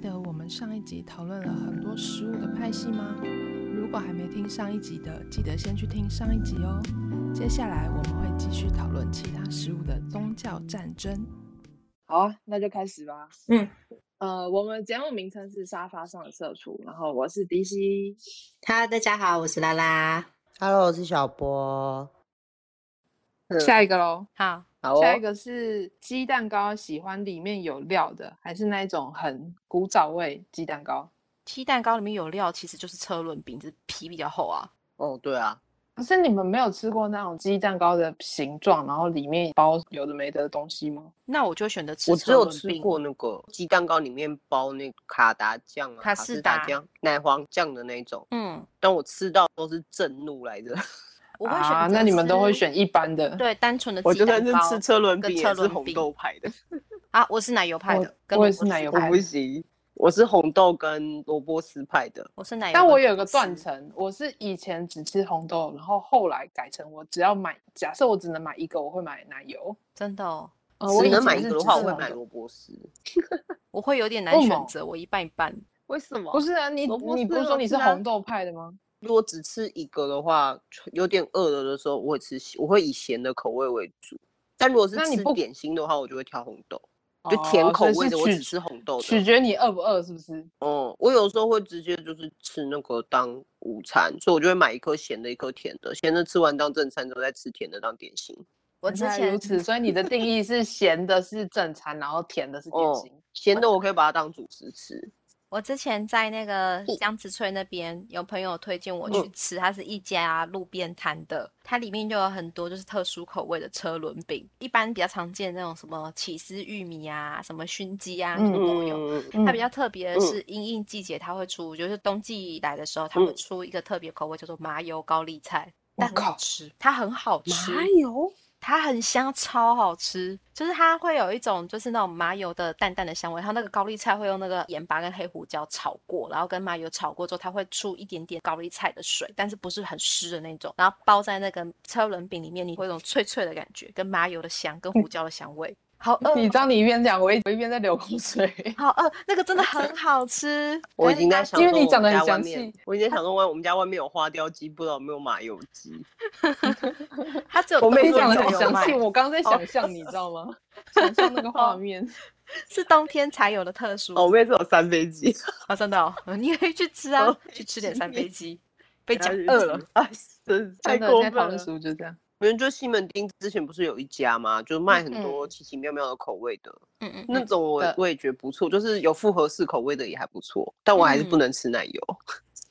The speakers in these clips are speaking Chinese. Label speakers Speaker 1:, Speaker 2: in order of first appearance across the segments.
Speaker 1: 得我们上一集讨论了很多食物的派系吗？如果还没听上一集的，记得先去听上一集哦。接下来我们会继续讨论其他食物的宗教战争。
Speaker 2: 好啊，那就开始吧。
Speaker 3: 嗯，
Speaker 2: 呃，我们节目名称是沙发上的社畜，然后我是迪西。
Speaker 3: Hello，大家好，我是拉拉。
Speaker 4: Hello，我是小波。
Speaker 2: 下一个喽，
Speaker 3: 好，
Speaker 4: 好哦
Speaker 2: 下一个是鸡蛋糕，喜欢里面有料的，还是那一种很古早味鸡蛋糕？
Speaker 5: 鸡蛋糕里面有料，其实就是车轮饼，只是皮比较厚啊。
Speaker 4: 哦，对啊，
Speaker 2: 可是你们没有吃过那种鸡蛋糕的形状，然后里面包有的没的东西吗？
Speaker 5: 那我就会选择吃
Speaker 4: 我只
Speaker 5: 车
Speaker 4: 有
Speaker 5: 轮
Speaker 4: 吃
Speaker 5: 饼。
Speaker 4: 过那个鸡蛋糕里面包那个卡达酱啊，
Speaker 5: 卡
Speaker 4: 卡
Speaker 5: 士
Speaker 4: 士达
Speaker 5: 达
Speaker 4: 酱、奶黄酱的那种，
Speaker 5: 嗯，
Speaker 4: 但我吃到都是震怒来着。
Speaker 5: 我会选择、
Speaker 2: 啊，那你们都会？选一般的？
Speaker 5: 对，单纯的
Speaker 4: 我
Speaker 5: 鸡
Speaker 4: 就
Speaker 5: 蛋
Speaker 4: 算是
Speaker 5: 糕
Speaker 4: 吃车轮
Speaker 5: 跟
Speaker 4: 饼，
Speaker 5: 车
Speaker 4: 也是
Speaker 5: 轮
Speaker 4: 红
Speaker 5: 饼
Speaker 4: 豆派的，
Speaker 5: 啊，我是奶油派
Speaker 2: 我
Speaker 5: 的，跟
Speaker 2: 我也
Speaker 5: 萝卜
Speaker 2: 是奶
Speaker 5: 丝
Speaker 2: 油
Speaker 4: 我
Speaker 2: 派
Speaker 4: 不行，我是红豆跟萝卜丝派的。
Speaker 5: 我是奶油跟
Speaker 2: 但
Speaker 5: 萝卜丝。
Speaker 2: 我有个断层，我是以前只吃红豆，然后后来改成我只要买，假设我只能买一个，我会买奶油。
Speaker 5: 真的、哦，
Speaker 2: 呃我
Speaker 4: 只
Speaker 2: 以
Speaker 4: 能
Speaker 2: 前
Speaker 4: 买一
Speaker 2: 是
Speaker 4: 个的
Speaker 2: 只
Speaker 4: 话，我
Speaker 2: 吃
Speaker 4: 会
Speaker 2: 红
Speaker 4: 买
Speaker 2: 豆
Speaker 4: 萝卜丝。
Speaker 5: 我会有点
Speaker 2: 为
Speaker 5: 难
Speaker 2: 什
Speaker 5: 选
Speaker 2: 么
Speaker 5: 择，我一半一半。
Speaker 4: 为什么
Speaker 2: 不是啊，你
Speaker 4: 萝卜
Speaker 2: 你不
Speaker 4: 丝
Speaker 2: 是说
Speaker 4: 我
Speaker 2: 你
Speaker 4: 吃
Speaker 2: 是
Speaker 4: 啊
Speaker 2: 红豆派的吗？
Speaker 4: 如果只吃一个的话，有点饿了的时候，我会吃咸，我会以咸的口味为主。但如果是
Speaker 2: 那你
Speaker 4: 吃
Speaker 2: 不
Speaker 4: 点心的话，我就会挑红豆，就甜
Speaker 2: 哦
Speaker 4: 口
Speaker 2: 所以是
Speaker 4: 味的，我
Speaker 2: 取
Speaker 4: 只吃红豆
Speaker 2: 取
Speaker 4: 的。
Speaker 2: 决你饿不饿，是不是？
Speaker 4: 哦、我有时候会直接就是吃那个当午餐，所以我就会买一颗咸的，一颗甜的，咸的吃完当正餐之后再吃甜的当点心。
Speaker 5: 我
Speaker 2: 原
Speaker 5: 之
Speaker 2: 来
Speaker 5: 前
Speaker 2: 如此，所以你的定义是咸的是正餐，然后甜的是点
Speaker 4: 哦
Speaker 2: 心。嗯
Speaker 4: 咸的我可以把它当主食吃，
Speaker 5: 我之前在那个江子翠那边有朋友推荐我去
Speaker 4: 嗯
Speaker 5: 吃，它是一家路边摊的，它里面就有很多就是特殊口味的车轮饼，一般比较常见的那种什么起司玉米啊、什么熏鸡啊，
Speaker 2: 嗯
Speaker 5: 什么都有。
Speaker 4: 嗯，
Speaker 5: 它比
Speaker 2: 嗯
Speaker 5: 较特别的
Speaker 4: 嗯
Speaker 5: 是，因应季节它会出，就是冬季来的时候，它会
Speaker 4: 嗯
Speaker 5: 出一个特别口味，叫做麻油高丽菜，
Speaker 2: 我
Speaker 5: 但很好
Speaker 2: 靠
Speaker 5: 吃，它很好吃，
Speaker 4: 油，
Speaker 5: 它很香，超好吃。就是它会有一种就是那种麻油的淡淡的香味，它那个高丽菜会用那个盐巴跟黑胡椒炒过，然后跟麻油炒过之后，它会出一点点高丽菜的水，但是不是很湿的那种，然后包在那个车轮饼里面，你会有一种脆脆的感觉，跟麻油的香跟胡椒的香味，好饿
Speaker 2: 嗯你
Speaker 5: 哦。
Speaker 2: 当你一边讲，我一我一边在流口水。
Speaker 5: 好饿，那个真 的很好吃。
Speaker 4: 我已
Speaker 5: 推
Speaker 4: 经在
Speaker 5: 大
Speaker 4: 想
Speaker 2: 因为
Speaker 4: 说
Speaker 2: 你
Speaker 4: 我
Speaker 2: 讲
Speaker 4: 们
Speaker 2: 得很
Speaker 4: 家外
Speaker 2: 详
Speaker 4: 面
Speaker 2: 细，
Speaker 4: 我已经在想说外我们家外面有花雕鸡，不知道有没有马油鸡。
Speaker 5: 它只有
Speaker 4: 我
Speaker 5: 冬
Speaker 4: 妹
Speaker 2: 你
Speaker 5: 天
Speaker 4: 说
Speaker 2: 讲
Speaker 4: 你
Speaker 2: 的
Speaker 4: 怎
Speaker 5: 才
Speaker 2: 很
Speaker 4: 么
Speaker 5: 有
Speaker 2: 详细，
Speaker 5: 卖，
Speaker 2: 我刚刚在想象，你知道吗？ 想象那个画面。
Speaker 5: 是冬天才有的特殊
Speaker 2: 嗯
Speaker 4: 哦，我妹是有三杯鸡。
Speaker 5: 啊！真的、哦，你可以去吃啊
Speaker 4: 哦，
Speaker 5: 去吃点三
Speaker 4: 谢谢
Speaker 5: 杯鸡。被
Speaker 4: 家
Speaker 5: 讲
Speaker 4: 人
Speaker 5: 饿
Speaker 4: 吃
Speaker 5: 了，
Speaker 4: 啊，真是太
Speaker 2: 真的
Speaker 4: 过
Speaker 2: 现在
Speaker 4: 分
Speaker 2: 讨论
Speaker 4: 了。
Speaker 2: 食物就这样。
Speaker 4: 反正就西门町之前不是有一家吗？就卖很
Speaker 2: 嗯
Speaker 4: 多奇奇妙妙的口味的，
Speaker 5: 嗯嗯，
Speaker 4: 那种我
Speaker 2: 对
Speaker 4: 我也觉得不错，就是有复合式口味的也还不错，但我还是不能吃奶油。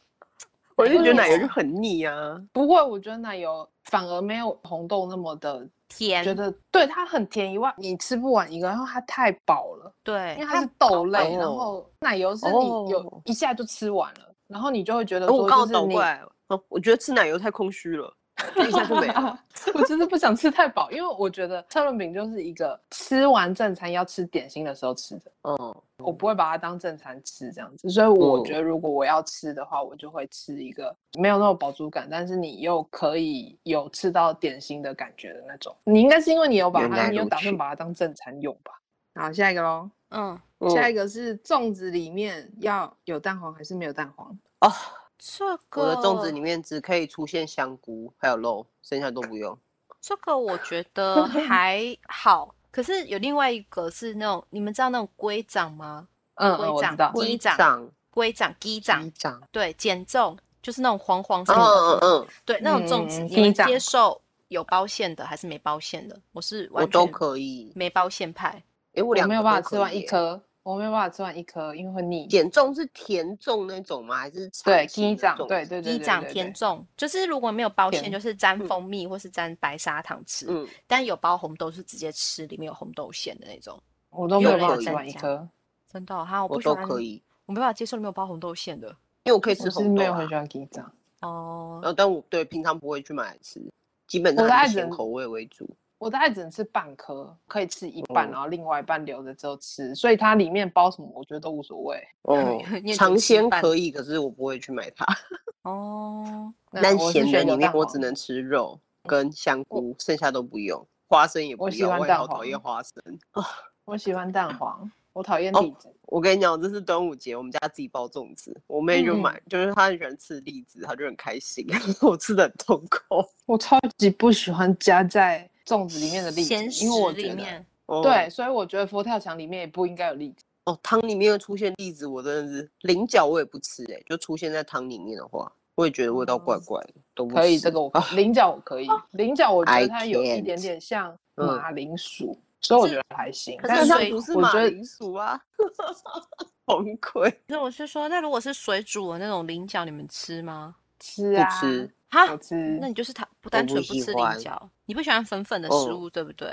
Speaker 4: 我就觉得奶油就很腻啊，
Speaker 2: 不过我觉得奶油反而没有红豆那么的，
Speaker 5: 甜
Speaker 2: 觉，得对它很甜以外，你吃不完一个，然后它太饱了，
Speaker 5: 对，
Speaker 2: 因为它是豆类，
Speaker 4: 饱
Speaker 2: 然后奶油是你有
Speaker 4: 哦
Speaker 2: 一下就吃完了，然后你就会觉得
Speaker 4: 而我
Speaker 2: 说
Speaker 4: 刚好
Speaker 2: 就是
Speaker 4: 倒
Speaker 2: 你
Speaker 4: 过，来哦，我觉得吃奶油太空虚了， 就一下就没 了。
Speaker 2: 我真的不想吃太饱，因为我觉得车轮饼就是一个吃完正餐要吃点心的时候吃的，
Speaker 4: 嗯，
Speaker 2: 我不会把它当正餐吃这样子，所以我
Speaker 4: 嗯
Speaker 2: 觉得如果我要吃的话，我就会吃一个没有那种饱足感，但是你又可以有吃到点心的感觉的那种。你应该是因为你有把
Speaker 4: 原
Speaker 2: 它，
Speaker 4: 来
Speaker 2: 你有
Speaker 4: 如
Speaker 2: 打算
Speaker 4: 此
Speaker 2: 把它当正餐用吧？好，下一个喽，
Speaker 5: 嗯，
Speaker 2: 下
Speaker 4: 嗯
Speaker 2: 一个是粽子里面要有蛋黄还是没有蛋黄？
Speaker 4: 哦，
Speaker 5: 这个
Speaker 4: 我的粽子里面只可以出现香菇还有肉，剩下都不用。
Speaker 5: 这个我觉 得还好，可是有另外一个是那种，你们知道那种龟掌吗？
Speaker 2: 嗯，
Speaker 5: 龟
Speaker 2: 嗯我知
Speaker 5: 掌
Speaker 2: 道，
Speaker 5: 鸡
Speaker 4: 鸡
Speaker 5: 掌
Speaker 4: 掌，
Speaker 5: 龟掌、鸡
Speaker 4: 鸡
Speaker 5: 掌，
Speaker 4: 掌，
Speaker 5: 对，减重就是那种黄黄色
Speaker 4: 嗯嗯
Speaker 5: 的，
Speaker 4: 嗯，
Speaker 5: 对，那种粽子，
Speaker 2: 嗯
Speaker 5: 你们
Speaker 2: 鸡掌
Speaker 5: 接受有包馅的还是没包馅的？我是
Speaker 4: 我
Speaker 5: 完
Speaker 4: 都
Speaker 5: 全
Speaker 4: 可以。
Speaker 5: 没包馅派，
Speaker 4: 哎，我
Speaker 2: 我
Speaker 4: 两
Speaker 2: 没
Speaker 4: 个
Speaker 2: 有办
Speaker 4: 都
Speaker 2: 法
Speaker 4: 可
Speaker 2: 吃完
Speaker 4: 以
Speaker 2: 一
Speaker 4: 耶
Speaker 2: 颗，我没有办法吃完一颗，因为会腻。
Speaker 4: 减重是甜重那种吗？还是长
Speaker 2: 对，
Speaker 4: 形
Speaker 2: 鸡
Speaker 4: 的
Speaker 2: 掌，
Speaker 4: 粽
Speaker 2: 对
Speaker 4: 子？
Speaker 2: 对对，
Speaker 5: 鸡
Speaker 2: 对
Speaker 5: 掌
Speaker 2: 对对
Speaker 5: 甜粽，就是如果没有包馅，
Speaker 2: 甜
Speaker 5: 就是沾
Speaker 4: 嗯
Speaker 5: 蜂蜜或是沾白砂糖吃，
Speaker 4: 嗯，
Speaker 5: 但有包红豆是直接吃里面有红豆馅的那种，
Speaker 2: 我都没有
Speaker 4: 有
Speaker 2: 办法
Speaker 4: 可以
Speaker 2: 吃完一
Speaker 5: 加
Speaker 2: 颗，
Speaker 5: 真的哦哈，我
Speaker 4: 我
Speaker 5: 不喜
Speaker 4: 都
Speaker 5: 欢，
Speaker 4: 可以，
Speaker 5: 我没办法接受里面有包红豆馅的
Speaker 4: 因为我可以
Speaker 2: 我
Speaker 4: 吃
Speaker 2: 是
Speaker 4: 红豆
Speaker 2: 没有很
Speaker 4: 啊
Speaker 2: 喜。欢鸡掌。
Speaker 5: 哦。
Speaker 4: 呃，但我对平常不会去买来吃，基本
Speaker 2: 我
Speaker 4: 上
Speaker 2: 的
Speaker 4: 还
Speaker 2: 爱
Speaker 4: 是咸
Speaker 2: 人
Speaker 4: 口味为 主。
Speaker 2: 我大概只能吃半颗，可以吃一半，
Speaker 4: 哦
Speaker 2: 然后另外一半留着之后吃，所以它里面包什么我觉得都无所谓。
Speaker 4: 哦
Speaker 5: 你也，只
Speaker 4: 尝
Speaker 5: 吃
Speaker 4: 鲜
Speaker 5: 饭
Speaker 4: 可以，可是我不会去买它。
Speaker 2: 呃
Speaker 5: 哦，
Speaker 2: 那
Speaker 4: 但
Speaker 2: 我是
Speaker 4: 咸的
Speaker 2: 选
Speaker 4: 里
Speaker 2: 有
Speaker 4: 面
Speaker 2: 蛋
Speaker 4: 我
Speaker 2: 黄嗯
Speaker 4: 只能吃肉跟香菇，剩下都不用。花生也
Speaker 2: 我
Speaker 4: 不
Speaker 2: 喜
Speaker 4: 要，
Speaker 2: 欢
Speaker 4: 我也
Speaker 2: 蛋
Speaker 4: 好讨
Speaker 2: 黄
Speaker 4: 厌花生。
Speaker 2: 我喜欢蛋黄，我讨厌
Speaker 4: 哦
Speaker 2: 栗子。
Speaker 4: 我跟你讲，这是端午节，我们家自己包粽子，我妹
Speaker 2: 嗯
Speaker 4: 就买，就是她很喜欢吃栗子，她就很开心。 我吃的很痛苦。
Speaker 2: 我超级不喜欢加在粽子里面的栗子
Speaker 5: 咸，食
Speaker 2: 因为我
Speaker 5: 里
Speaker 2: 觉得
Speaker 5: 面，
Speaker 4: 哦
Speaker 2: 对，所以我觉得佛跳墙里面也不应该有栗子。
Speaker 4: 哦，汤里面会出现栗子，我真的是菱角我也不吃哎、就出现在汤里面的话，我也觉得味道怪怪的，都不
Speaker 2: 哦可以，
Speaker 4: 吃
Speaker 2: 这个我菱角我可以，
Speaker 5: 哦
Speaker 2: 菱角我觉
Speaker 4: I
Speaker 2: 得它有一
Speaker 4: can't
Speaker 2: 点点像
Speaker 4: 嗯
Speaker 2: 马铃薯，所以我
Speaker 5: 是
Speaker 2: 觉得还行。
Speaker 5: 可
Speaker 2: 但
Speaker 4: 但是
Speaker 5: 是
Speaker 4: 它
Speaker 5: 水
Speaker 4: 不是
Speaker 2: 我
Speaker 4: 马
Speaker 2: 觉得
Speaker 4: 铃薯啊， 崩溃。
Speaker 5: 那我是说，那如果是水煮的那种菱角，你们吃吗？
Speaker 2: 吃
Speaker 4: 不
Speaker 2: 啊，
Speaker 4: 吃
Speaker 5: 哈
Speaker 2: 我，吃
Speaker 5: 那。你就是它不单
Speaker 4: 不
Speaker 5: 纯不
Speaker 4: 喜
Speaker 5: 吃
Speaker 4: 欢
Speaker 5: 菱角，你不喜欢粉粉的食
Speaker 2: 哦
Speaker 4: 嗯
Speaker 5: 物，对不对？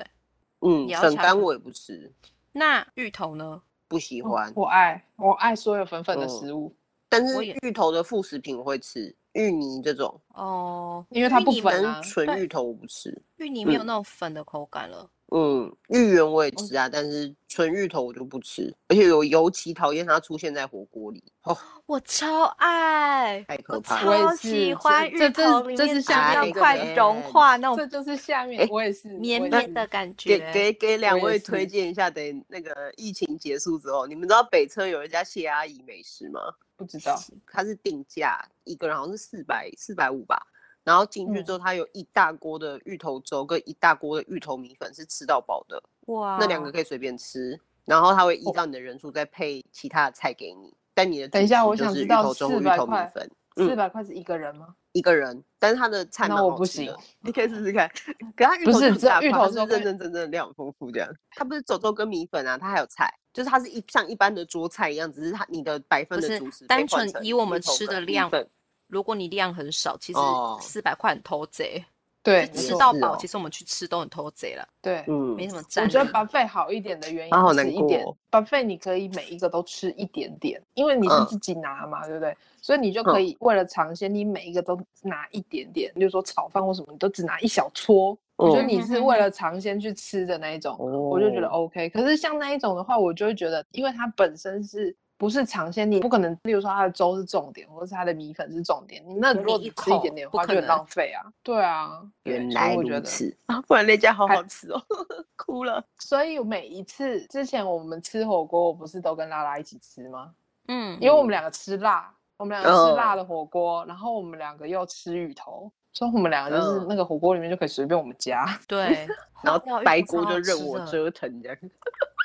Speaker 4: 嗯，
Speaker 5: 你要
Speaker 4: 笋
Speaker 5: 尝
Speaker 4: 干
Speaker 5: 试
Speaker 4: 我也不吃，
Speaker 5: 那芋头呢？
Speaker 4: 不喜
Speaker 5: 哦
Speaker 2: 我
Speaker 4: 欢。
Speaker 2: 我爱我爱所有粉粉的
Speaker 4: 嗯
Speaker 2: 食物，
Speaker 4: 但
Speaker 5: 我
Speaker 4: 是
Speaker 5: 也
Speaker 4: 芋头的副食品我会吃，芋泥这种，
Speaker 5: 哦，
Speaker 2: 因为它不
Speaker 5: 你
Speaker 2: 粉
Speaker 5: 们
Speaker 2: 啊
Speaker 4: 但是纯
Speaker 5: 对
Speaker 4: 芋头我不吃。
Speaker 5: 芋泥没有
Speaker 4: 嗯
Speaker 5: 那种粉的口感了。
Speaker 4: 嗯，芋圆我也
Speaker 5: 哦
Speaker 4: 吃啊，但是纯芋头我就不吃，而且有尤其讨厌它出现在火锅里，哦，
Speaker 5: 我超爱，
Speaker 4: 太可
Speaker 5: 我
Speaker 4: 怕
Speaker 2: 我
Speaker 4: 了。
Speaker 2: 也
Speaker 5: 超
Speaker 2: 是
Speaker 5: 喜
Speaker 2: 这
Speaker 5: 欢
Speaker 2: 这
Speaker 5: 芋
Speaker 2: 这
Speaker 5: 头里
Speaker 2: 这是
Speaker 5: 面
Speaker 2: 下
Speaker 5: 要
Speaker 2: 面的
Speaker 5: 快
Speaker 4: 人
Speaker 5: 融化那
Speaker 2: 这
Speaker 5: 种
Speaker 2: 就是下面
Speaker 4: 哎
Speaker 2: 我也是
Speaker 5: 哦绵
Speaker 2: 我也
Speaker 5: 绵
Speaker 2: 是
Speaker 5: 的感
Speaker 4: 给
Speaker 5: 觉。
Speaker 4: 给给两
Speaker 2: 我也
Speaker 4: 位
Speaker 2: 是
Speaker 4: 推荐一下，等那个疫情结束之后，你们知道北车有一家谢阿姨美食吗？
Speaker 2: 不知道，
Speaker 4: 它是定价一个人好像是四百四百五吧，然后进去
Speaker 2: 嗯
Speaker 4: 之后，它有一大锅的芋头粥跟一大锅的芋头米粉是吃到饱的，
Speaker 5: 哇，
Speaker 4: 那两个可以随便吃，然后它会依
Speaker 2: 哦
Speaker 4: 照你的人数再配其他的菜给你，但你的
Speaker 2: 等一
Speaker 4: 主
Speaker 2: 下
Speaker 4: 食
Speaker 2: 我
Speaker 4: 就
Speaker 2: 想
Speaker 4: 是
Speaker 2: 知
Speaker 4: 芋
Speaker 2: 道
Speaker 4: 头粥或芋
Speaker 2: 400
Speaker 4: 头米
Speaker 2: 块
Speaker 4: 粉。
Speaker 2: 四
Speaker 4: 嗯，
Speaker 2: 百块是一个人吗？
Speaker 4: 一个人，但是它的菜
Speaker 2: 那
Speaker 4: 蛮
Speaker 2: 我
Speaker 4: 好
Speaker 2: 不
Speaker 4: 吃
Speaker 2: 行
Speaker 4: 的，你可以试试看。可它芋
Speaker 2: 不
Speaker 4: 头
Speaker 2: 是
Speaker 4: 很
Speaker 2: 这
Speaker 4: 大
Speaker 2: 芋
Speaker 4: 块
Speaker 2: 头
Speaker 4: 它是
Speaker 2: 粥跟
Speaker 4: 认认真真的量很丰富这样。它不是走粥跟米粉啊，它还有菜，就是它是一像一般的桌菜一样，只是它你的百分
Speaker 5: 不
Speaker 4: 的
Speaker 5: 是
Speaker 4: 主食被
Speaker 5: 单
Speaker 4: 换
Speaker 5: 纯
Speaker 4: 成
Speaker 5: 以我
Speaker 4: 芋
Speaker 5: 们
Speaker 4: 头
Speaker 5: 吃
Speaker 4: 跟
Speaker 5: 的
Speaker 4: 米
Speaker 5: 量
Speaker 4: 粉嗯
Speaker 5: 如果你量很少，其实
Speaker 4: 哦
Speaker 5: 四百块很偷贼。
Speaker 2: 对，
Speaker 5: 就
Speaker 2: 没
Speaker 5: 吃
Speaker 2: 错
Speaker 5: 到
Speaker 4: 是
Speaker 5: 饱，
Speaker 4: 哦
Speaker 5: 其实我们去吃都很偷贼了，
Speaker 2: 对。
Speaker 4: 嗯
Speaker 5: 没什么
Speaker 2: 我
Speaker 5: 战
Speaker 2: 觉
Speaker 5: 略
Speaker 2: 得。buffet 好一点的原因
Speaker 4: 啊好
Speaker 2: 是
Speaker 4: 难
Speaker 2: 一点
Speaker 4: 过
Speaker 2: buffet 你可以每一个都吃一点点，因为你是
Speaker 4: 嗯
Speaker 2: 自己拿嘛，对不对？所以你就可
Speaker 4: 嗯
Speaker 2: 以为了尝鲜，你每一个都拿一点点，比如说炒饭或什么，你都只拿一小撮。我觉得
Speaker 4: 嗯
Speaker 2: 你是为了尝鲜去吃的那一种，我就觉得
Speaker 4: 哦
Speaker 2: OK。可是像那一种的话，我就会觉得，因为它本身是不是尝鲜，你不可能，例如说它的粥是重点，或者是它的米粉是重点，你那
Speaker 5: 你
Speaker 2: 如果
Speaker 5: 一
Speaker 2: 只吃一
Speaker 5: 口
Speaker 2: 点点的
Speaker 5: 不
Speaker 2: 话，
Speaker 5: 可
Speaker 2: 就很
Speaker 5: 能
Speaker 2: 浪费啊。对啊，对
Speaker 4: 原
Speaker 2: 所以
Speaker 4: 来
Speaker 2: 我
Speaker 4: 如
Speaker 2: 觉得
Speaker 4: 此 啊，不然那家好
Speaker 2: 还
Speaker 4: 好吃哦， 哭了。
Speaker 2: 所以每一次之前我们吃火锅，我不是都跟拉拉一起吃吗？
Speaker 5: 嗯，哦
Speaker 2: 因为我们两个吃辣，我们两个吃辣
Speaker 4: 嗯
Speaker 2: 的火锅，然后我们两个又吃芋头，所以我们两个就是
Speaker 4: 嗯
Speaker 2: 那个火锅里面就可以随便我们加，
Speaker 5: 对，
Speaker 4: 然
Speaker 5: 哇
Speaker 4: 后白锅
Speaker 5: 超
Speaker 4: 就
Speaker 5: 好
Speaker 4: 任
Speaker 5: 吃
Speaker 4: 我
Speaker 5: 的
Speaker 4: 折腾这样。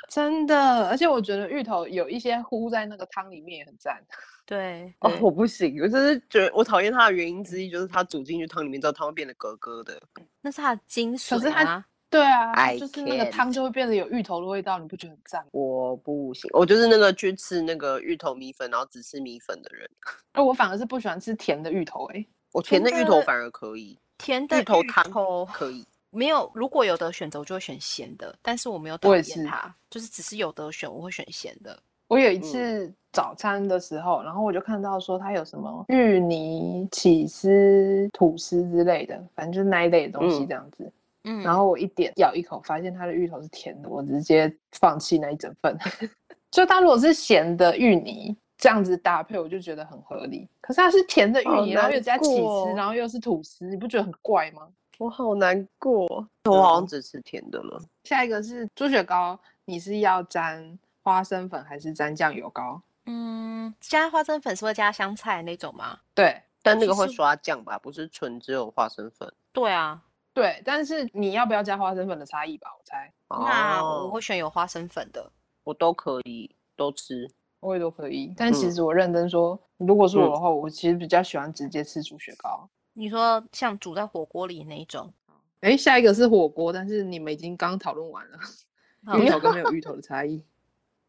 Speaker 2: 真的。而且我觉得芋头有一些糊在那个汤里面也很赞。
Speaker 5: 对，
Speaker 4: 哦，
Speaker 2: 对
Speaker 4: 我不行，我就是觉得我讨厌它的原因之一就是它煮进去汤里面之后，汤会变得格格的。
Speaker 5: 那是它的精
Speaker 2: 可是
Speaker 5: 髓
Speaker 2: 它
Speaker 5: 啊。
Speaker 2: 对啊
Speaker 4: I
Speaker 2: 就是那个汤就会变得有芋头的味道，你不觉得很赞吗？
Speaker 4: 我不行，我就是那个去吃那个芋头米粉，然后只吃米粉的人。
Speaker 2: 而我反而是不喜欢吃甜的芋头、欸，
Speaker 4: 我甜的
Speaker 5: 真
Speaker 4: 芋头
Speaker 5: 的
Speaker 4: 反而可以，
Speaker 5: 甜的
Speaker 4: 芋头汤
Speaker 5: 头
Speaker 4: 可以。
Speaker 5: 没有，如果有得选择，我就会选咸的，但是我没有讨
Speaker 2: 我也
Speaker 5: 厌
Speaker 2: 是
Speaker 5: 它，就是只是有得选，我会选咸的。
Speaker 2: 我有一
Speaker 4: 嗯
Speaker 2: 次早餐的时候，然后我就看到说它有什么芋泥起司、吐司之类的，反正就是那一类的东西
Speaker 4: 嗯
Speaker 2: 这样子。
Speaker 5: 嗯，
Speaker 2: 然后我一点咬一口，发现它的芋头是甜的，我直接放弃那一整份。 就它如果是咸的芋泥这样子搭配，我就觉得很合理。可是它是甜的芋
Speaker 4: 好
Speaker 2: 泥，然后
Speaker 4: 难
Speaker 2: 又加起
Speaker 4: 过哦
Speaker 2: 司，然后又是吐司，你不觉得很怪吗？
Speaker 4: 我好难过，哦我好像只吃甜的了。
Speaker 2: 下一个是猪血糕，你是要沾花生粉还是沾酱油膏？
Speaker 5: 嗯，加花生粉是会加香菜那种吗？
Speaker 2: 对，
Speaker 4: 但那
Speaker 5: 其
Speaker 4: 个会
Speaker 5: 实
Speaker 4: 刷酱吧，不是纯只有花生粉。
Speaker 5: 对啊，
Speaker 2: 对，但是你要不要加花生粉的差异吧？我猜
Speaker 5: 那
Speaker 4: 哦
Speaker 5: 我会选有花生粉的。
Speaker 4: 我都可以都吃。
Speaker 2: 我也都可以，但其
Speaker 4: 嗯
Speaker 2: 实我认真说，如果是我
Speaker 4: 嗯
Speaker 2: 的话，我其实比较喜欢直接吃猪血糕。
Speaker 5: 你说像煮在火锅里那一种，
Speaker 2: 哎，下一个是火锅，但是你们已经刚讨论完了
Speaker 5: 好
Speaker 2: 芋头跟没有芋头的差异。
Speaker 5: 嗯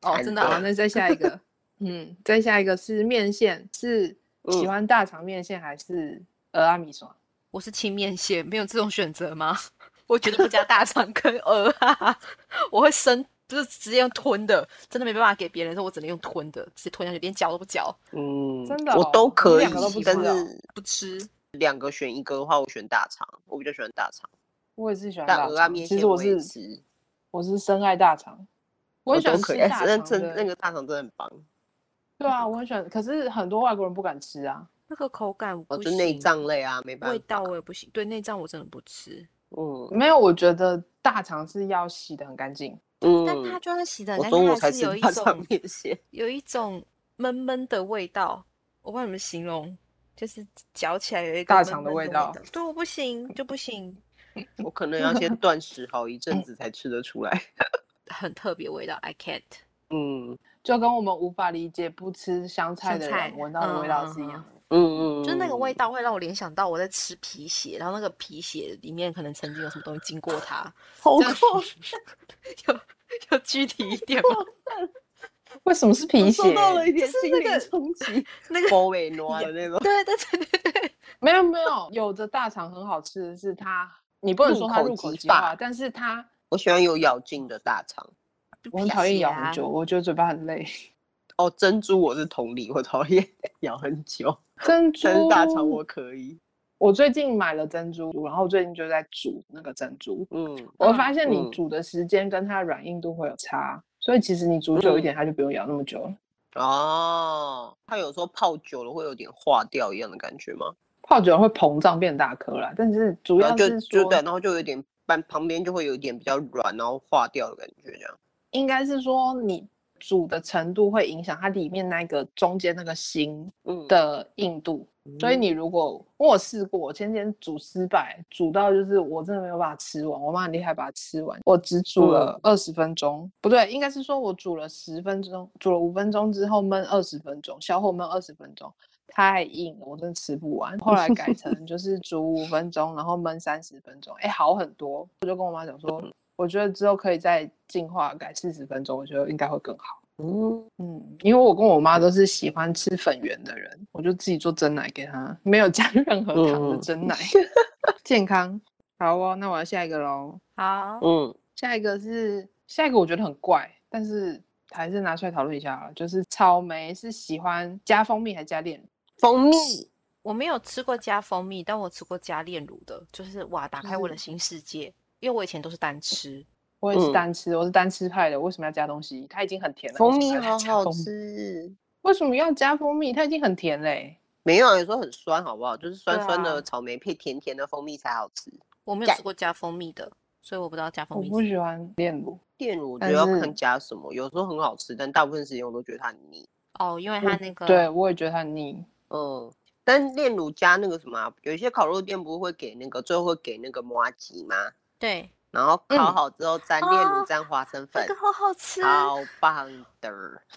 Speaker 5: 哦，
Speaker 4: 惨
Speaker 5: 真的
Speaker 4: 对
Speaker 2: 好，
Speaker 5: 啊，
Speaker 2: 那再下一个，嗯，再下一个是面线，是喜
Speaker 4: 嗯
Speaker 2: 欢大肠面线还是俄阿米爽？
Speaker 5: 我是清面线，没有这种选择吗？ 我觉得不加大肠跟鹅啊，我会生，就是直接用吞的，真的没办法给别人说，我只能用吞的，直接吞下去，连嚼都不嚼，
Speaker 4: 嗯，
Speaker 2: 真的
Speaker 4: 我
Speaker 2: 哦
Speaker 4: 都
Speaker 2: 你
Speaker 4: 可以
Speaker 2: 两个都不，
Speaker 4: 但
Speaker 2: 吃哦
Speaker 4: 是
Speaker 5: 不吃。
Speaker 4: 两个选一个的话，我选大肠，我比较喜欢大肠。
Speaker 2: 我也是喜欢
Speaker 4: 但
Speaker 2: 大
Speaker 4: 鹅啊
Speaker 2: 肠，
Speaker 4: 面
Speaker 2: 其
Speaker 4: 线
Speaker 2: 实我
Speaker 4: 也
Speaker 2: 是
Speaker 4: 吃，哦
Speaker 2: 我是深爱大肠，我很喜
Speaker 4: 都
Speaker 2: 欢
Speaker 4: 可
Speaker 2: 吃
Speaker 4: 以。
Speaker 2: 大
Speaker 4: 哎真
Speaker 2: 肠
Speaker 4: 真那
Speaker 2: 的。
Speaker 4: 个大肠真的很棒，
Speaker 2: 对啊，我很喜欢，可是很多外国人不敢吃啊。
Speaker 5: 那个口感我
Speaker 4: 哦，
Speaker 5: 不
Speaker 4: 就内
Speaker 5: 行
Speaker 4: 脏类啊，没办
Speaker 5: 味
Speaker 4: 法。
Speaker 5: 道我也不行，对内脏我真的不吃。
Speaker 4: 嗯，
Speaker 2: 没有，我觉得大肠是要洗的很干净，
Speaker 4: 嗯，
Speaker 5: 但它就算洗的很
Speaker 4: 我
Speaker 5: 干
Speaker 4: 中午
Speaker 5: 净，它
Speaker 4: 才
Speaker 5: 还是
Speaker 4: 吃
Speaker 5: 有一
Speaker 4: 半场
Speaker 5: 种
Speaker 4: 面线，
Speaker 5: 有一种闷闷的味道，我不知道怎么形容，就是嚼起来有一个
Speaker 2: 大
Speaker 5: 闷
Speaker 2: 肠的
Speaker 5: 闷的
Speaker 2: 味道
Speaker 5: 道。对，我不行就不行，
Speaker 4: 我可能要先断食好一阵子才吃得 出来。
Speaker 5: 很特别味道，I can't。
Speaker 4: 嗯
Speaker 2: 就跟我们无法理解不吃香菜的
Speaker 5: 香菜
Speaker 2: 人闻到的味道是一样的。
Speaker 4: 嗯嗯，
Speaker 5: 就是那个味
Speaker 4: 道，
Speaker 5: 道会让我联想到我在吃皮鞋，然后那个皮鞋里面可能曾经有什么东西经过它，
Speaker 4: 好
Speaker 5: 这样
Speaker 4: 嗯
Speaker 5: 有 有具体一点吗？
Speaker 2: 为什么是皮鞋
Speaker 4: 受？到了一点
Speaker 5: 就是
Speaker 4: 心
Speaker 5: 那
Speaker 4: 理
Speaker 5: 个
Speaker 4: 冲 击，
Speaker 5: 那个
Speaker 4: 波尾诺的那种。
Speaker 5: 对对对对 对，
Speaker 2: 没有没有，有的大肠很好吃的是它，你不能说它
Speaker 4: 入
Speaker 2: 入
Speaker 4: 口
Speaker 2: 口
Speaker 4: 即
Speaker 2: 即
Speaker 4: 化
Speaker 2: 化，但是它
Speaker 4: 我喜欢有咬劲的大肠。
Speaker 5: 就
Speaker 2: 我很
Speaker 5: 皮
Speaker 2: 讨厌
Speaker 5: 鞋
Speaker 2: 咬
Speaker 5: 啊
Speaker 2: 很久，我觉得嘴巴很累。
Speaker 4: 哦，珍珠我是同理，我讨厌 咬很久，
Speaker 2: 珍
Speaker 4: 但是
Speaker 2: 珠
Speaker 4: 大
Speaker 5: 哦
Speaker 4: 肠我可以。
Speaker 2: 我最近买了珍珠，然后最近就在煮那个珍珠。
Speaker 4: 嗯，
Speaker 2: 我
Speaker 5: 嗯
Speaker 2: 发现你
Speaker 4: 嗯
Speaker 2: 煮的时间跟它的软硬度会有差，所以其实你煮久
Speaker 4: 嗯
Speaker 2: 一点，它就不用咬那么久了。
Speaker 4: 哦，它有时候泡久了会有点化掉一样的感觉吗？
Speaker 2: 泡久了会膨胀变大颗啦，但是主
Speaker 4: 然
Speaker 2: 要
Speaker 4: 后哦就是就
Speaker 2: 说
Speaker 4: 对，然后就有点半旁边就会有一点比较软，然后化掉的感觉这样。
Speaker 2: 应该是说你煮的程度会影响它里面那个中间那个心
Speaker 4: 嗯，
Speaker 2: 的硬度。所以你如果我有试过，我前几天煮失败，煮到就是我真的没有办法吃完，我妈很厉害把它吃完，我只煮了二十分钟，不对，应该是说我煮了十分钟，煮了五分钟之后焖二十分钟，小火焖二十分钟。太硬了，我真的吃不完。后来改成就是煮五分钟，然后焖三十分钟，哎、好很多。我就跟我妈讲说，我觉得之后可以再进化改四十分钟，我觉得应该会更好。
Speaker 4: 嗯，
Speaker 2: 嗯，因为我跟我妈都是喜欢吃粉圆的人，我就自己做蒸奶给她，没有加 任何糖的
Speaker 4: 嗯
Speaker 2: 蒸奶， 健康。好哦，那我要下一个喽。
Speaker 5: 好，
Speaker 4: 嗯，
Speaker 2: 下一个是下一个，我觉得很怪，但是还是拿出来讨论一下好了。就是草莓是喜欢加蜂蜜还是加炼乳？
Speaker 4: 蜂蜜
Speaker 5: 我没有吃过加蜂蜜，但我吃过加炼乳的，就是哇，打开我的
Speaker 2: 是
Speaker 5: 新世界，因为我以前都是单吃，
Speaker 2: 我也是
Speaker 4: 嗯
Speaker 2: 单吃，我是单吃派的，为什么要加东西？它已经很甜了。为
Speaker 4: 蜂
Speaker 2: 什
Speaker 4: 蜜
Speaker 2: 么要
Speaker 4: 好
Speaker 2: 加
Speaker 4: 好
Speaker 2: 蜂蜜，
Speaker 4: 吃。
Speaker 2: 为什么要加蜂蜜？它已经很甜嘞、欸
Speaker 4: 没有啊，有时候很酸，好不好？就是酸
Speaker 5: 对
Speaker 4: 酸的
Speaker 5: 啊
Speaker 4: 草莓配甜甜的蜂蜜才好吃。
Speaker 5: 我没有
Speaker 4: 干
Speaker 5: 吃过加蜂蜜的，所以我不知道加蜂
Speaker 2: 我
Speaker 5: 蜜
Speaker 2: 不
Speaker 5: 是什
Speaker 2: 喜欢炼乳，
Speaker 4: 炼乳我觉
Speaker 2: 但
Speaker 4: 得要
Speaker 2: 是
Speaker 4: 看加什么，有时候很好吃，但大部分时间我都觉得它很腻。
Speaker 5: 哦，因为
Speaker 2: 我
Speaker 5: 它那个
Speaker 2: 对我也觉得它很腻。
Speaker 4: 嗯，但炼乳加那个什么啊、有一些烤肉店不是会给那个最后会给那个麻吉吗？
Speaker 5: 对，
Speaker 4: 然后烤
Speaker 2: 嗯
Speaker 4: 好之后沾炼乳
Speaker 5: 哦
Speaker 4: 沾花生
Speaker 5: 那
Speaker 4: 粉，
Speaker 5: 个好好吃。
Speaker 4: 超棒的。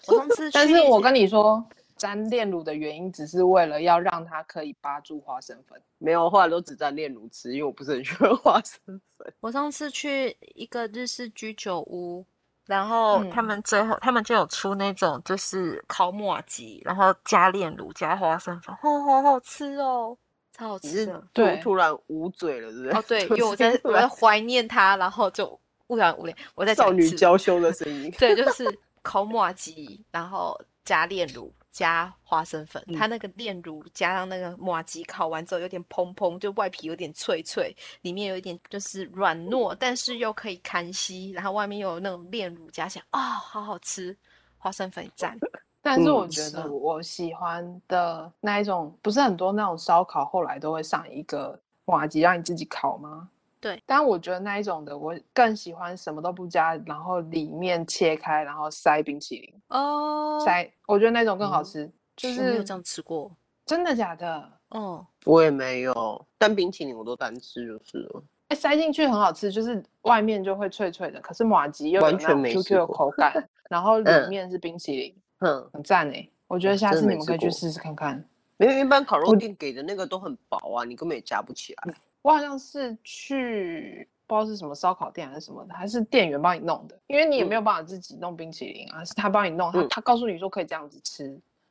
Speaker 5: 我上 次
Speaker 2: 但
Speaker 5: 去
Speaker 2: 是我跟你说，沾炼乳的原因只是为了要让它可以扒住花生粉。
Speaker 4: 没有，后来都只沾炼乳吃，因为我不是很喜欢 花生粉。
Speaker 5: 我上次去一个日式居酒屋，然后他
Speaker 2: 嗯
Speaker 5: 们最后他们就有出那种就是烤马吉，然后加炼乳加花生粉，哦，好好吃哦，超好
Speaker 4: 你
Speaker 5: 吃
Speaker 4: 是
Speaker 5: 的。
Speaker 4: 突
Speaker 2: 对
Speaker 4: 突然捂嘴了，是不是？
Speaker 5: 哦，对，因
Speaker 4: 就
Speaker 5: 为我
Speaker 4: 是
Speaker 5: 在
Speaker 4: 突
Speaker 5: 我在
Speaker 4: 然
Speaker 5: 怀念它，然后就忽然无聊，我在
Speaker 4: 少
Speaker 5: 讲一
Speaker 4: 女
Speaker 5: 次。
Speaker 4: 娇羞的声音
Speaker 5: 对，就是烤马吉，然后加炼乳加花生粉，
Speaker 4: 嗯
Speaker 5: 它那个炼乳加上那个马吉烤完之后有点蓬蓬，就外皮有点脆脆，里面有一点就是软糯，但是又可以堪吸，然后外面又有那种炼乳加起来，哦，好好吃，花生 粉蘸，
Speaker 2: 但是
Speaker 4: 嗯
Speaker 2: 我觉
Speaker 5: 是啊
Speaker 2: 得我喜欢的那一种，不是很多那种烧烤后来都会上一个瓦吉让你自己烤吗？
Speaker 5: 对，
Speaker 2: 但我觉得那一种的，我更喜欢什么都不加，然后里面切开，然后塞冰淇淋，
Speaker 5: 哦，
Speaker 2: 塞，我觉得那种更好
Speaker 4: 嗯
Speaker 2: 吃。就
Speaker 5: 我没有
Speaker 2: 是
Speaker 5: 这样吃过，
Speaker 2: 真的假的？
Speaker 5: 哦，
Speaker 4: 我也没有，但冰淇淋我都单吃就是了。
Speaker 2: 哎，塞进去很好吃，就是外面就会脆脆的，可是马吉又有
Speaker 4: 完
Speaker 2: 那
Speaker 4: 全
Speaker 2: 种
Speaker 4: 没
Speaker 2: QQ
Speaker 4: 试
Speaker 2: 的
Speaker 4: 过
Speaker 2: 口 感，然后里
Speaker 4: 嗯
Speaker 2: 面是冰淇淋，
Speaker 4: 哼，
Speaker 2: 很赞哎！我觉得
Speaker 4: 嗯
Speaker 2: 下
Speaker 4: 真
Speaker 2: 次
Speaker 4: 的
Speaker 2: 你
Speaker 4: 没
Speaker 2: 们
Speaker 4: 吃
Speaker 2: 可以去
Speaker 4: 过
Speaker 2: 试试看看。
Speaker 4: 没有，一般烤肉
Speaker 2: 我
Speaker 4: 店给的那个都很薄啊，你根本也夹不起来。
Speaker 2: 我好像是去不知道是什么烧烤店还是什么的，还是店员帮你弄的，因为你也没有办法自己弄冰淇淋啊，是他帮你弄，他
Speaker 4: 嗯
Speaker 2: 他告诉你说可以这样子吃，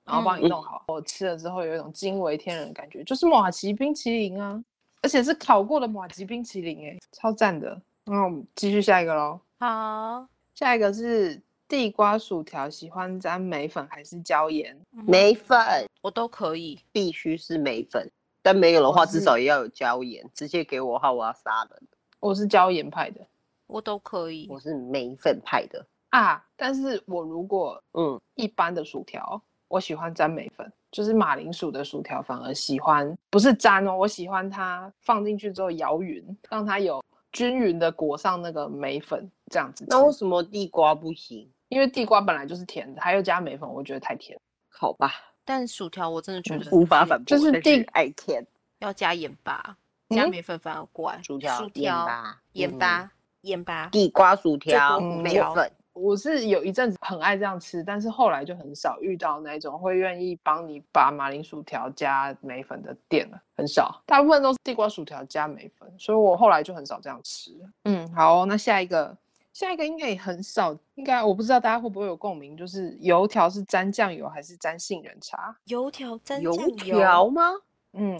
Speaker 2: 然后帮你弄好。我吃了之后有一种惊为天人的感觉，就是马吉冰淇淋啊，而且是烤过的马吉冰淇淋，哎，超赞的。那我们继续下一个喽。
Speaker 5: 好，
Speaker 2: 下一个是地瓜薯条，喜欢沾梅粉还是椒盐？
Speaker 5: 嗯
Speaker 4: 梅粉
Speaker 5: 我都可以，
Speaker 4: 必须是梅粉，但没有
Speaker 5: 哦
Speaker 4: 的
Speaker 2: 我
Speaker 4: 话至
Speaker 2: 是
Speaker 4: 少也要有椒盐。直接给我的话，我要杀人。
Speaker 2: 我是椒盐派的
Speaker 5: 我都可以，
Speaker 4: 我是梅粉派的。
Speaker 2: 啊，但是我如果
Speaker 4: 嗯，
Speaker 2: 一般的薯条，我喜欢沾梅粉，就是马铃薯的薯条反而喜欢，不是沾哦，我喜欢它放进去之后摇匀，让它有均匀的裹上那个梅粉，这样子吃。
Speaker 4: 那为什么地瓜不行？
Speaker 2: 因为地瓜本来就是甜的，还有加梅粉，我觉得太甜了。
Speaker 4: 好 吧，
Speaker 5: 但薯条我真的觉得
Speaker 4: 无法反
Speaker 2: 就
Speaker 4: 驳，
Speaker 2: 是
Speaker 4: 但
Speaker 2: 地
Speaker 4: 爱甜
Speaker 5: 要加盐巴，加
Speaker 2: 嗯
Speaker 5: 梅粉反而怪。
Speaker 4: 薯条、
Speaker 5: 薯
Speaker 4: 盐
Speaker 5: 条、
Speaker 4: 巴、
Speaker 5: 盐
Speaker 4: 嗯、
Speaker 5: 巴、盐巴，
Speaker 4: 地瓜、薯
Speaker 5: 最多
Speaker 4: 条、
Speaker 5: 胡
Speaker 4: 梅
Speaker 5: 椒
Speaker 4: 粉。
Speaker 2: 我是有一阵子很爱这样吃，但是后来就很少遇到那种会愿意帮你把马铃薯条加梅粉的店了，很少，大部分都是地瓜薯条加梅粉，所以我后来就很少这样吃了。嗯，好哦、那下一个，下一个应该也很少，应该我不知道大家会不会有共鸣，就是油条是沾酱油还是沾杏仁茶？
Speaker 5: 油条沾
Speaker 4: 油
Speaker 5: 酱
Speaker 4: 条
Speaker 5: 油，
Speaker 4: 吗？
Speaker 2: 嗯，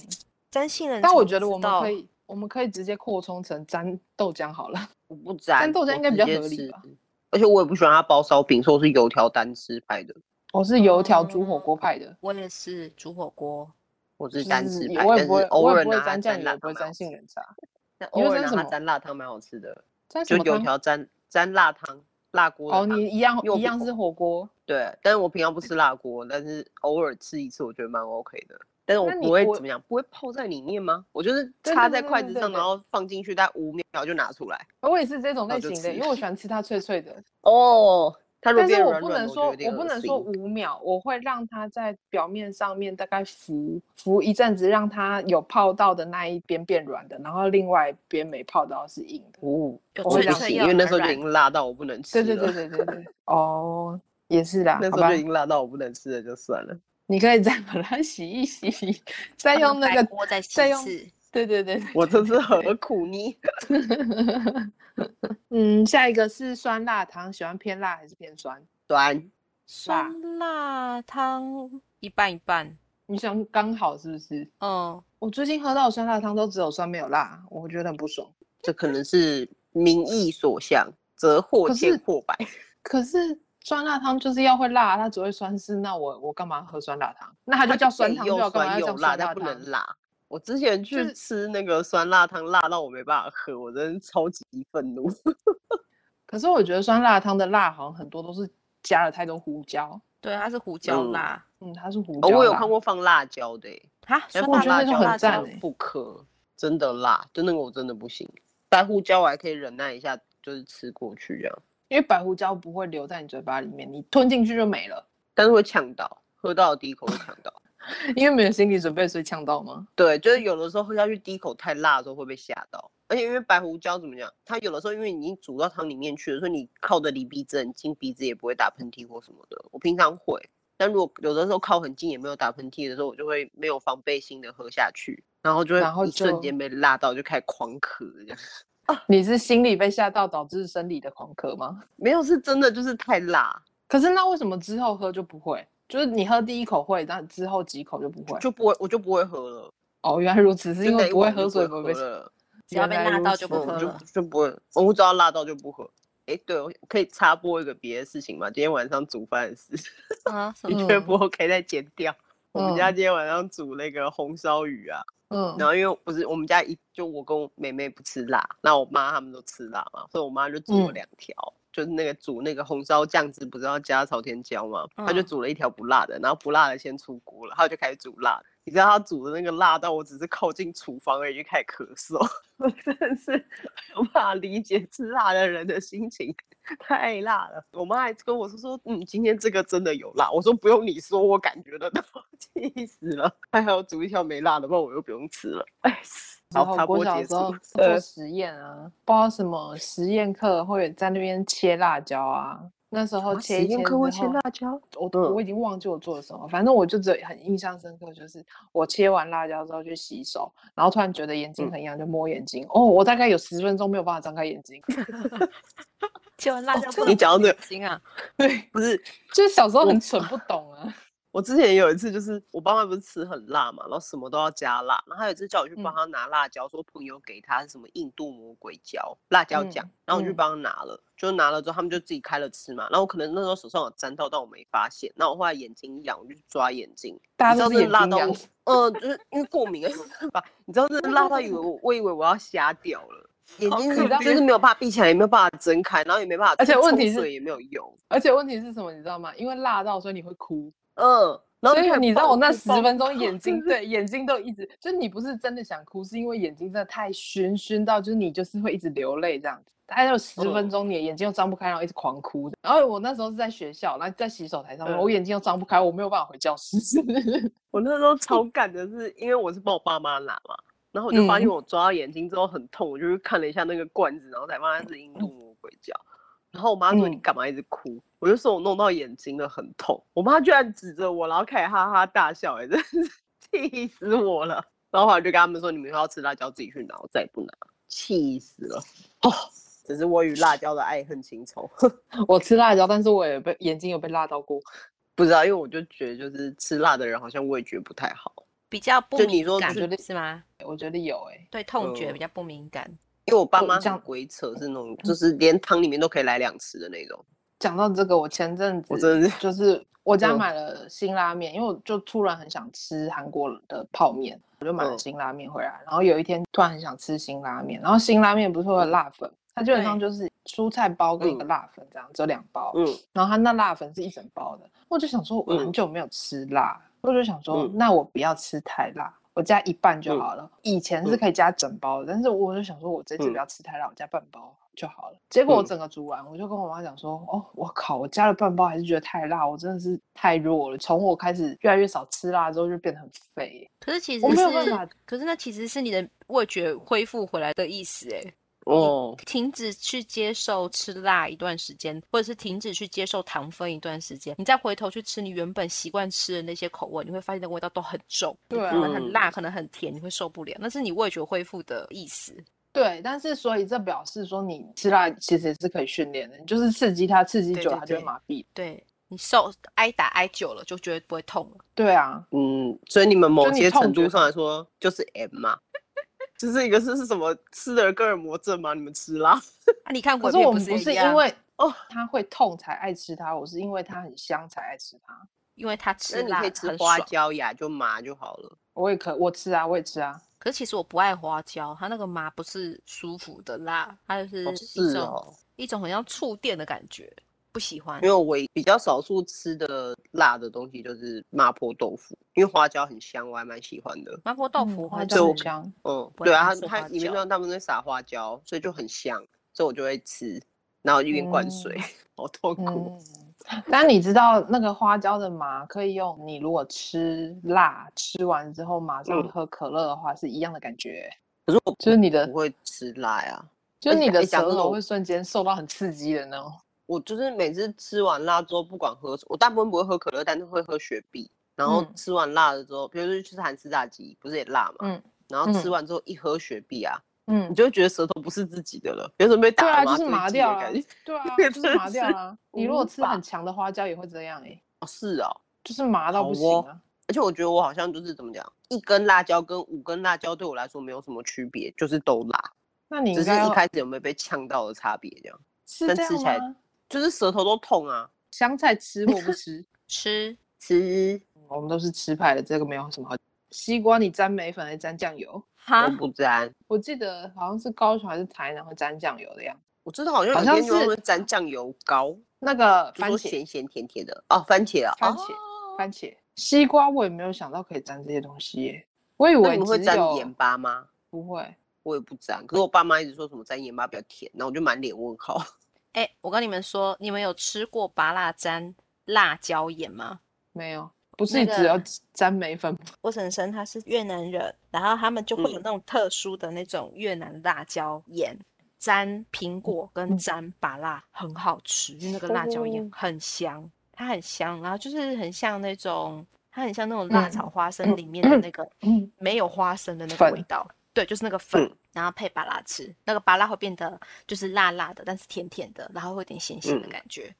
Speaker 5: 沾杏仁。
Speaker 2: 但我觉得我们可
Speaker 5: 以，
Speaker 2: 以，我们可以直接扩充成沾豆浆好了。
Speaker 4: 我不沾，
Speaker 2: 沾豆浆
Speaker 4: 我
Speaker 2: 应该比
Speaker 4: 直
Speaker 2: 较
Speaker 4: 接
Speaker 2: 合理
Speaker 4: 吃嗯
Speaker 2: 吧。
Speaker 4: 而且我也不喜欢它包烧饼，所以我是油条单吃派的，
Speaker 2: 我是油条煮火
Speaker 5: 哦
Speaker 2: 锅派的，
Speaker 5: 我也是煮火锅，
Speaker 4: 我嗯是
Speaker 2: 就
Speaker 4: 单
Speaker 2: 是
Speaker 4: 吃
Speaker 2: 也
Speaker 4: 派，
Speaker 2: 嗯我
Speaker 4: 但
Speaker 2: 也
Speaker 4: 是
Speaker 2: 不会，
Speaker 4: 偶
Speaker 2: 我也
Speaker 4: 尔
Speaker 2: 不会
Speaker 4: 拿它
Speaker 2: 沾酱
Speaker 4: 沾
Speaker 2: 油，
Speaker 4: 辣
Speaker 2: 也不会
Speaker 4: 汤蛮好
Speaker 2: 沾
Speaker 4: 吃
Speaker 2: 杏仁茶。
Speaker 4: 但
Speaker 2: 你
Speaker 4: 偶
Speaker 2: 会
Speaker 4: 尔拿
Speaker 2: 沾什
Speaker 4: 它
Speaker 2: 么
Speaker 4: 沾辣汤蛮好吃的，
Speaker 2: 沾什么
Speaker 4: 就油
Speaker 2: 汤
Speaker 4: 条沾沾辣汤辣锅的
Speaker 2: 哦，
Speaker 4: 汤
Speaker 2: 你一样
Speaker 4: 因为我
Speaker 2: 一
Speaker 4: 不
Speaker 2: 样是火锅，
Speaker 4: 对，但是我平常不吃辣锅，但是偶尔吃一次，我觉得蛮 OK 的。但是我
Speaker 2: 那你
Speaker 4: 不会
Speaker 2: 我
Speaker 4: 怎么样，不会泡在里面吗？我就是
Speaker 2: 对
Speaker 4: 插
Speaker 2: 对
Speaker 4: 在
Speaker 2: 对
Speaker 4: 筷
Speaker 2: 对
Speaker 4: 子
Speaker 2: 对
Speaker 4: 上，然
Speaker 2: 对
Speaker 4: 后放进去，大概五秒就拿出来。
Speaker 2: 我也是这种类
Speaker 4: 那我哦就
Speaker 2: 型的，
Speaker 4: 吃
Speaker 2: 因为我喜欢吃它脆脆的。
Speaker 4: 哦，它如
Speaker 2: 但是
Speaker 4: 果变
Speaker 2: 我
Speaker 4: 软
Speaker 2: 不
Speaker 4: 软
Speaker 2: 能
Speaker 4: 的，
Speaker 2: 说，
Speaker 4: 我觉得有点
Speaker 2: 我不
Speaker 4: 恶
Speaker 2: 能
Speaker 4: 心
Speaker 2: 说五秒，我会让它在表面上面大概浮浮一阵子，让它有泡到的那一边变软的，然后另外一边没泡到是硬的。
Speaker 4: 哦，
Speaker 5: 有
Speaker 4: 我
Speaker 2: 脆
Speaker 4: 不
Speaker 2: 脆
Speaker 4: 行，
Speaker 5: 又
Speaker 4: 因为
Speaker 5: 有
Speaker 4: 那时候就
Speaker 5: 软
Speaker 4: 已经辣到我不能吃
Speaker 2: 对
Speaker 4: 了。
Speaker 2: 对对对对对，哦，也是啦，
Speaker 4: 那时
Speaker 2: 好
Speaker 4: 候
Speaker 2: 吧
Speaker 4: 就已，经辣到我不能吃了，就算 了。
Speaker 2: 你可以再把它洗一洗，再
Speaker 5: 再
Speaker 2: 用那个，
Speaker 5: 锅再洗
Speaker 2: 再
Speaker 5: 一
Speaker 2: 用
Speaker 5: 次。
Speaker 2: 对对对，对
Speaker 4: 我真是
Speaker 2: 对
Speaker 4: 何苦呢？
Speaker 2: 嗯，下一个是酸辣汤，喜欢偏辣还是偏酸？
Speaker 4: 酸，
Speaker 5: 酸辣汤一半一半，
Speaker 2: 你想刚好是不是？
Speaker 5: 嗯，
Speaker 2: 我最近喝到的酸辣汤都只有酸没有辣，我觉得很不爽。
Speaker 4: 这可能是民意所向，则祸
Speaker 2: 可
Speaker 4: 见
Speaker 2: 是
Speaker 4: 祸百。
Speaker 2: 可是酸辣汤就是要会辣，它只会酸是，那我我干嘛喝酸辣汤？那它就叫酸汤，就
Speaker 4: 又
Speaker 2: 好干嘛
Speaker 4: 酸
Speaker 2: 要
Speaker 4: 又
Speaker 2: 叫
Speaker 4: 辣，
Speaker 2: 酸
Speaker 4: 但
Speaker 2: 辣
Speaker 4: 不
Speaker 2: 汤
Speaker 4: 能？辣。我之前
Speaker 2: 就
Speaker 4: 去
Speaker 2: 是
Speaker 4: 吃那个酸辣汤，辣到我没办法喝，我真的超级愤怒。
Speaker 2: 可是我觉得酸辣汤的辣好像很多都是加了太多胡椒，
Speaker 5: 对，它是胡椒
Speaker 4: 嗯
Speaker 5: 辣
Speaker 2: 嗯，它是胡椒
Speaker 4: 哦，
Speaker 2: 辣、
Speaker 4: 我有看过放辣椒的欸，
Speaker 5: 啊，
Speaker 4: 但
Speaker 5: 酸
Speaker 2: 我
Speaker 5: 辣
Speaker 2: 觉得
Speaker 5: 辣
Speaker 2: 那种
Speaker 5: 椒
Speaker 2: 很
Speaker 5: 辣
Speaker 2: 赞
Speaker 5: 椒
Speaker 4: 椒
Speaker 2: 欸
Speaker 4: 不可，真的辣，就那个我真的不行。白胡椒我还可以忍耐一下，就是吃过去这样，
Speaker 2: 因为白胡椒不会留在你嘴巴里面，你吞进去就没了，
Speaker 4: 但是会呛到，喝到的第一口会呛到。
Speaker 2: 因为没有心理准备，所以呛到吗？
Speaker 4: 对，就是有的时候喝下去第一口太辣的时候会被吓到，而且因为白胡椒怎么讲，它有的时候因为你已经煮到汤里面去了，所以你靠的离鼻子很近，鼻子也不会打喷嚏或什么的。我平常会，但如果有的时候靠很近也没有打喷嚏的时候，我就会没有防备心的喝下去，然后就
Speaker 2: 然后
Speaker 4: 会一瞬
Speaker 2: 就
Speaker 4: 间被辣到，就开始狂咳这样。
Speaker 2: 你是心理被吓到导致生理的狂咳吗？
Speaker 4: 没有，是真的就是太辣，
Speaker 2: 可是那为什么之后喝就不会？就是你喝第一口会，但之后几口就不会。
Speaker 4: 就不会我就不会喝了，
Speaker 2: 哦，原来如此，是
Speaker 4: 就
Speaker 2: 因
Speaker 4: 那
Speaker 2: 为
Speaker 4: 一
Speaker 2: 不会
Speaker 4: 碗就
Speaker 2: 喝，所以
Speaker 4: 不
Speaker 2: 不
Speaker 4: 会
Speaker 2: 会
Speaker 4: 喝
Speaker 2: 被。
Speaker 4: 了。
Speaker 5: 只要被
Speaker 2: 原来
Speaker 5: 辣
Speaker 2: 如
Speaker 5: 到就不
Speaker 2: 此
Speaker 5: 喝
Speaker 4: 嗯，就
Speaker 5: 了
Speaker 4: 就不会，我只要辣到就不喝。哎，对，我可以插播一个别的事情吗？今天晚上煮饭的事，
Speaker 5: 啊，什
Speaker 4: 你
Speaker 5: 么
Speaker 4: 觉得
Speaker 2: 嗯
Speaker 4: 不 OK 再剪掉。我们
Speaker 2: 嗯
Speaker 4: 家今天晚上煮那个红烧鱼啊，
Speaker 2: 嗯
Speaker 4: 然后因为不是我们家一就我跟我妹妹不吃辣，那我妈他们都吃辣嘛，所以我妈就煮了
Speaker 2: 嗯
Speaker 4: 两条，就是那个煮那个红烧酱汁不是要加朝天椒吗？她就
Speaker 5: 嗯
Speaker 4: 煮了一条不辣的，然后不辣的先出锅了，她就开始煮辣的。你知道她煮的那个辣到我只是靠近厨房而已就开始咳嗽， 我真的是没有办法理解吃辣的人的心情， 太辣了。我妈还跟我说说，嗯，今天这个真的有辣。我说不用你说，我感觉得到， 气死了。还好煮一条没辣的，不然我又不用吃了。哎，
Speaker 2: 然
Speaker 4: 好，
Speaker 2: 后
Speaker 4: 插
Speaker 2: 国
Speaker 4: 播
Speaker 2: 小
Speaker 4: 结
Speaker 2: 的时候
Speaker 4: 束。
Speaker 2: 做实验啊，不知道什么实验课会在那边切辣椒啊。那时候
Speaker 4: 啊
Speaker 2: 切
Speaker 4: 实
Speaker 2: 一
Speaker 4: 验
Speaker 2: 切
Speaker 4: 课会
Speaker 2: 之
Speaker 4: 切
Speaker 2: 后
Speaker 4: 辣椒，
Speaker 2: 我
Speaker 4: 嗯
Speaker 2: 我已经忘记我做了什么，反正我就只有很印象深刻，就是我切完辣椒之后去洗手，然后突然觉得眼睛
Speaker 4: 嗯
Speaker 2: 很痒，就摸眼睛。哦，我大概有十分钟没有办法张开眼睛。
Speaker 5: 切完辣椒不
Speaker 4: 你
Speaker 5: 能
Speaker 4: 讲到这个，
Speaker 5: 行啊，
Speaker 2: 对，
Speaker 4: 不是
Speaker 2: 就是小时候
Speaker 4: 我
Speaker 2: 很蠢，不懂啊。
Speaker 4: 我之前有一次，就是我爸妈不是吃很辣嘛，然后什么都要加辣，然后他有一次叫我去帮
Speaker 2: 嗯
Speaker 4: 他拿辣椒，说朋友给他什么印度魔鬼椒辣椒酱，
Speaker 2: 嗯
Speaker 4: 然后我就
Speaker 2: 嗯
Speaker 4: 去帮他拿了，就拿了之后他们就自己开了吃嘛，然后我可能那时候手上有沾到，但我没发现，然后我后来眼睛痒，我就去抓眼睛，
Speaker 2: 大
Speaker 4: 你知
Speaker 2: 家
Speaker 4: 道
Speaker 2: 都是
Speaker 4: 真
Speaker 2: 眼
Speaker 4: 的辣
Speaker 2: 睛
Speaker 4: 到
Speaker 2: 痒
Speaker 4: 我，，呃，就是因为过敏而已吧，你知道真的辣到以为我，我以为我要瞎掉了。眼
Speaker 5: 好
Speaker 4: 睛
Speaker 5: 可
Speaker 4: 是
Speaker 2: 怜
Speaker 4: 就是没有办法闭起来，也没有办法睁开，然后也没办法，
Speaker 2: 而且问题是
Speaker 4: 水也没有用。
Speaker 2: 而且问题是什么，你知道吗？因为辣到，所以你会哭。
Speaker 4: 嗯，然后
Speaker 2: 所以
Speaker 4: 就
Speaker 2: 你知道我那十分钟
Speaker 4: 眼
Speaker 2: 眼睛
Speaker 4: 睛
Speaker 2: 对眼睛都一直，就你不是真的想哭，是因为眼睛真的太熏熏到，就是你就是会一直流泪这样子。大概有十分
Speaker 4: 嗯
Speaker 2: 钟，你的眼睛又张不开，然后一直狂哭。然后我那时候是在学校，然后在洗手台上面，
Speaker 4: 嗯
Speaker 2: 我眼睛又张不开，我没有办法回教 室。
Speaker 4: 我那时
Speaker 2: 嗯
Speaker 4: 候超赶的是，因为我是帮我爸妈拿嘛，然后我就发现
Speaker 2: 嗯
Speaker 4: 我抓到眼睛之后很痛，我就去看了一下那个罐子，然后才发现是印度魔鬼胶。然后我妈说：“你
Speaker 2: 嗯
Speaker 4: 干嘛一直哭？”我就说：“我弄到眼睛了，很痛。”我妈居然指着我，然后开始哈哈大笑、 哎，真是气死我了。然后后来就跟他们说：“你们以后要吃辣椒自己去拿，我再也不拿。”气死了！哦，只是我与辣椒的爱恨情仇。
Speaker 2: 我吃辣椒，但是我也被眼睛有被辣到过。
Speaker 4: 不知道，因为我就觉得就是吃辣的人好像味觉不太好。
Speaker 5: 比较不
Speaker 4: 就
Speaker 5: 敏
Speaker 4: 你说
Speaker 5: 感
Speaker 4: 就是
Speaker 5: 吗？
Speaker 2: 我觉得有哎、
Speaker 5: 对痛觉
Speaker 4: 呃
Speaker 5: 比较不敏感。
Speaker 4: 因为我爸
Speaker 2: 我
Speaker 4: 妈
Speaker 2: 这
Speaker 4: 很
Speaker 2: 样
Speaker 4: 鬼扯，是那种就是连汤里面都可以来两匙的那种。
Speaker 2: 讲到这个，我前阵子
Speaker 4: 我真 的是
Speaker 2: 就是我家
Speaker 4: 嗯
Speaker 2: 买了新拉面，因为我就突然很想吃韩国的泡面，我就买了
Speaker 4: 嗯
Speaker 2: 新拉面回来。然后有一天突然很想吃新拉面，然后新拉面不是会有辣粉，它基本上就是蔬菜包跟一个
Speaker 4: 嗯
Speaker 2: 辣粉这样，只有两包。
Speaker 4: 嗯，
Speaker 2: 然后它那辣粉是一整包的，我就想说，我很
Speaker 4: 嗯
Speaker 2: 久没有吃辣，我就想说
Speaker 4: 嗯，
Speaker 2: 那我不要吃太辣，我加一半就好了。以前是
Speaker 4: 嗯
Speaker 2: 可以加整包的，但是我就想说，我这次
Speaker 4: 嗯
Speaker 2: 不要吃太辣，我加半包就好了。结果我
Speaker 4: 嗯
Speaker 2: 整个煮完，我就跟我妈讲说，哦，我靠，我加了半包还是觉得太辣，我真的是太弱了。从我开始越来越少吃辣之后，就变得很肥。
Speaker 5: 可是其实
Speaker 2: 我没有办
Speaker 5: 是
Speaker 2: 法
Speaker 5: 可是那其实是你的味觉恢复回来的意思哎。
Speaker 4: 哦，
Speaker 5: 停止去接受吃辣一段时间，或者是停止去接受糖分一段时间，你再回头去吃你原本习惯吃的那些口味，你会发现那味道都很重，
Speaker 2: 对啊
Speaker 5: 可能很
Speaker 4: 嗯
Speaker 5: 辣，可能很甜，你会受不了。那是你味觉恢复的意思。
Speaker 2: 对，但是所以这表示说，你吃辣其实也是可以训练的，你就是刺激它，刺激
Speaker 5: 对
Speaker 2: 久
Speaker 5: 对
Speaker 2: 了它就会
Speaker 5: 对
Speaker 2: 麻痹。
Speaker 5: 对你受挨打挨久了，就觉得不会痛了。
Speaker 2: 对啊，
Speaker 4: 嗯，所以你们某
Speaker 2: 就你
Speaker 4: 些
Speaker 2: 痛
Speaker 4: 程
Speaker 2: 觉
Speaker 4: 度上来说就是 M 嘛，就是一个是是什么吃的哥尔摩症吗？你们吃辣？
Speaker 5: 啊，你看
Speaker 2: 可
Speaker 5: 鬼
Speaker 2: 是
Speaker 5: 片
Speaker 2: 我
Speaker 5: 不
Speaker 2: 们
Speaker 5: 是
Speaker 2: 不
Speaker 5: 也
Speaker 2: 是
Speaker 5: 一
Speaker 2: 因
Speaker 5: 样，
Speaker 2: 为
Speaker 4: 哦
Speaker 2: 它会痛才爱吃它，我是因为它很香才爱吃它。
Speaker 5: 因为他吃
Speaker 4: 那你
Speaker 5: 辣
Speaker 4: 可以
Speaker 5: 很
Speaker 4: 吃
Speaker 5: 爽。
Speaker 4: 花椒呀，就麻就好了。
Speaker 2: 我也可我吃啊，我也吃啊。
Speaker 5: 可是其实我不爱花椒，它那个麻不是舒服的辣，它嗯就是
Speaker 4: 哦
Speaker 5: 一
Speaker 4: 是
Speaker 5: 种、
Speaker 4: 哦，
Speaker 5: 一种很像触电的感觉，不喜欢
Speaker 4: 因。为我比较少数吃的辣的东西就是麻婆豆腐，因为花椒很香，我还蛮喜欢的。
Speaker 5: 麻婆豆腐
Speaker 2: 花
Speaker 5: 会
Speaker 2: 椒
Speaker 5: 吃
Speaker 2: 很香，
Speaker 4: 嗯，
Speaker 5: 不会
Speaker 4: 对啊，
Speaker 5: 放
Speaker 4: 它
Speaker 5: 醋
Speaker 4: 它
Speaker 5: 花
Speaker 4: 你们知
Speaker 5: 椒
Speaker 4: 道他们在撒花椒，所以就很香，所以我就会吃，然后一边灌水，好痛苦。哦
Speaker 2: 嗯。但你知道那个花椒的麻可以用，你如果吃辣吃完之后马上
Speaker 4: 嗯
Speaker 2: 喝可乐的话是一样的感觉，
Speaker 4: 可是我
Speaker 2: 就是你的
Speaker 4: 不会吃辣呀、
Speaker 2: 就是你
Speaker 4: 而
Speaker 2: 的
Speaker 4: 且讲
Speaker 2: 舌
Speaker 4: 这
Speaker 2: 头
Speaker 4: 种
Speaker 2: 会瞬间受到很刺激的那种。
Speaker 4: 我就是每次吃完辣之后，不管喝什我大部分不会喝可乐，但是会喝雪碧。然后
Speaker 2: 嗯
Speaker 4: 吃完辣了之后，比如说去吃韩式炸鸡，不是也辣嘛？
Speaker 2: 嗯
Speaker 4: 然后吃
Speaker 2: 嗯
Speaker 4: 完之后一喝雪碧啊，你
Speaker 2: 嗯，
Speaker 4: 就会觉得舌头不是自己的了，有种被
Speaker 2: 对
Speaker 4: 打
Speaker 2: 啊，
Speaker 4: 了
Speaker 2: 就
Speaker 4: 麻
Speaker 2: 是
Speaker 4: 醉
Speaker 2: 麻
Speaker 4: 剂
Speaker 2: 掉
Speaker 4: 的
Speaker 2: 啊
Speaker 4: 感觉。，
Speaker 2: 对啊，
Speaker 4: 也
Speaker 2: 就是
Speaker 4: 真
Speaker 2: 麻掉
Speaker 4: 是
Speaker 2: 啊。你如果
Speaker 4: 无
Speaker 2: 吃很
Speaker 4: 法
Speaker 2: 强的花椒也会这样哎、
Speaker 4: 哦，是哦。
Speaker 2: 就是麻到
Speaker 4: 好
Speaker 2: 不行
Speaker 4: 哦
Speaker 2: 啊。
Speaker 4: 而且我觉得我好像就是怎么讲，一根辣椒跟五根辣椒对我来说没有什么区别，就是都辣，
Speaker 2: 那你
Speaker 4: 只
Speaker 2: 应
Speaker 4: 是
Speaker 2: 该
Speaker 4: 一
Speaker 2: 要
Speaker 4: 开始有没有被呛到的差别这样，
Speaker 2: 是
Speaker 4: 但
Speaker 2: 这
Speaker 4: 吃
Speaker 2: 样
Speaker 4: 起来
Speaker 2: 吗？
Speaker 4: 就是舌头都痛啊。
Speaker 2: 香菜吃或不吃，
Speaker 5: 吃
Speaker 4: 吃
Speaker 2: 我们都是吃派的，这个没有什么好。西瓜你沾梅粉还是沾酱油？
Speaker 5: 哈
Speaker 4: 我，不沾，
Speaker 2: 我记得好像是高雄还是台南会沾酱油的样子。
Speaker 4: 我知道好像
Speaker 2: 好
Speaker 4: 有
Speaker 2: 像
Speaker 4: 些地方
Speaker 2: 是
Speaker 4: 会沾酱油膏。
Speaker 2: 那个
Speaker 4: 就
Speaker 2: 番
Speaker 4: 说
Speaker 2: 茄，
Speaker 4: 咸咸甜甜的哦，番茄啊，
Speaker 2: 番
Speaker 4: 哦
Speaker 2: 茄番茄，西瓜我也没有想到可以沾这些东西耶。我以
Speaker 4: 那
Speaker 2: 为
Speaker 4: 你们会
Speaker 2: 只
Speaker 4: 沾
Speaker 2: 有
Speaker 4: 盐？巴吗？
Speaker 2: 不会，
Speaker 4: 我也不沾，可是我爸妈一直说什么沾盐巴比较甜，然后我就满脸问号。
Speaker 5: 哎、我跟你们说，你们有吃过拔辣沾辣椒盐吗？
Speaker 2: 没有，不
Speaker 5: 那
Speaker 2: 是只
Speaker 5: 个
Speaker 2: 有沾梅粉吗。
Speaker 5: 我婶婶她是越南人，然后他们就会有
Speaker 4: 嗯
Speaker 5: 那种特殊的那种越南辣椒盐，沾苹果跟
Speaker 2: 嗯
Speaker 5: 沾拔辣很好吃，因为那个辣椒盐
Speaker 4: 哦
Speaker 5: 很香，它很香，然后就是很像那种，它很像那种
Speaker 4: 嗯
Speaker 5: 辣炒花生里面的那个
Speaker 2: 嗯
Speaker 5: 没有花生的那个味
Speaker 2: 粉
Speaker 5: 道，对，就是那个粉
Speaker 4: 嗯，
Speaker 5: 然后配拔辣吃，那个拔辣会变得就是辣辣的，但是甜甜的，然后会有点咸咸的
Speaker 4: 嗯
Speaker 5: 感觉。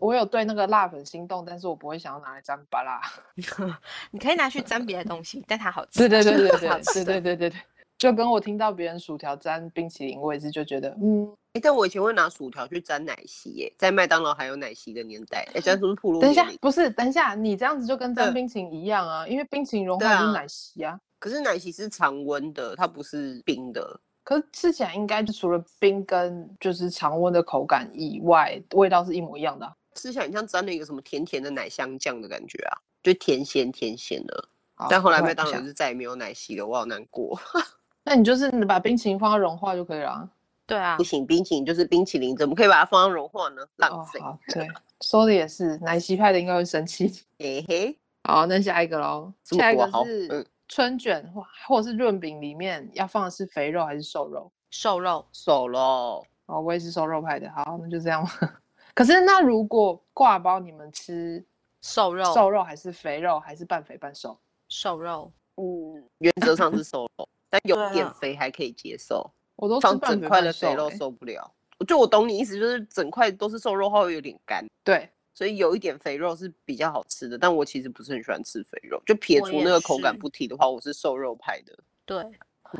Speaker 2: 我有对那个辣粉心动，但是我不会想要拿来沾巴辣。
Speaker 5: 你可以拿去沾别的东西，但它好吃，
Speaker 2: 对对对对
Speaker 5: 它
Speaker 2: 对
Speaker 5: 是 好吃
Speaker 2: 对
Speaker 5: 的
Speaker 2: 对对对对，就跟我听到别人薯条沾冰淇淋，我也是就觉得，嗯，
Speaker 4: 哎、但我以前会拿薯条去沾奶昔、耶，在麦当劳还有奶昔的年代，哎、这样是不是暴露
Speaker 2: 啊等一下
Speaker 4: 年龄，
Speaker 2: 不是，等一下，你这样子就跟沾
Speaker 4: 嗯
Speaker 2: 冰淇淋一样啊，因为冰淇淋融
Speaker 4: 对
Speaker 2: 化就是
Speaker 4: 啊
Speaker 2: 奶昔啊。
Speaker 4: 可是奶昔是常温的，它不是冰的。
Speaker 2: 可是吃起来应该就除了冰跟就是常温的口感以外，味道是一模一样的啊、
Speaker 4: 吃起来很像沾了一个什么甜甜的奶香酱的感觉啊！就甜咸甜咸的。
Speaker 2: 好
Speaker 4: 但后来
Speaker 2: 我
Speaker 4: 麦
Speaker 2: 想
Speaker 4: 当
Speaker 2: 一
Speaker 4: 劳
Speaker 2: 下
Speaker 4: 就再也没有奶昔了，我好难过。
Speaker 2: 那你就是你把冰淇淋放到融化就可以了啊。
Speaker 5: 对啊
Speaker 4: 不，行，冰淇淋就是冰淇淋，怎么可以把它放到融化呢？浪
Speaker 2: 哦
Speaker 4: 费。，
Speaker 2: 好，对，说的也是，奶昔派的应该会生气。
Speaker 4: 嘿嘿，
Speaker 2: 好，那下一个喽，
Speaker 4: 这么
Speaker 2: 下一
Speaker 4: 多
Speaker 2: 个
Speaker 4: 好
Speaker 2: 是
Speaker 4: 嗯
Speaker 2: 春卷或或者是润饼里面要放的是肥肉还是瘦肉？
Speaker 5: 瘦肉
Speaker 4: 手喽。
Speaker 2: 哦，我也是瘦肉派的。好，那就这样吧。 可是那如果挂包你们吃
Speaker 5: 瘦肉
Speaker 2: 瘦肉还是肥肉还是半肥半瘦？
Speaker 5: 瘦肉，
Speaker 4: 嗯，原则上是瘦 肉，但有
Speaker 5: 对
Speaker 4: 点
Speaker 5: 啊
Speaker 4: 肥还可以接受，
Speaker 2: 我都吃
Speaker 4: 放
Speaker 2: 半
Speaker 4: 整
Speaker 2: 肥
Speaker 4: 块的
Speaker 2: 半
Speaker 4: 肥
Speaker 2: 瘦
Speaker 4: 肉
Speaker 2: 欸。
Speaker 4: 受不了。我就我懂你意思，就是整块都是瘦肉的话会有点干，
Speaker 2: 对，
Speaker 4: 所以有一点肥肉是比较好吃的。但我其实不是很喜欢吃肥肉，就撇
Speaker 5: 我
Speaker 4: 除
Speaker 5: 也
Speaker 4: 那个口感
Speaker 5: 是
Speaker 4: 不提的话，我是瘦肉派的。
Speaker 5: 对，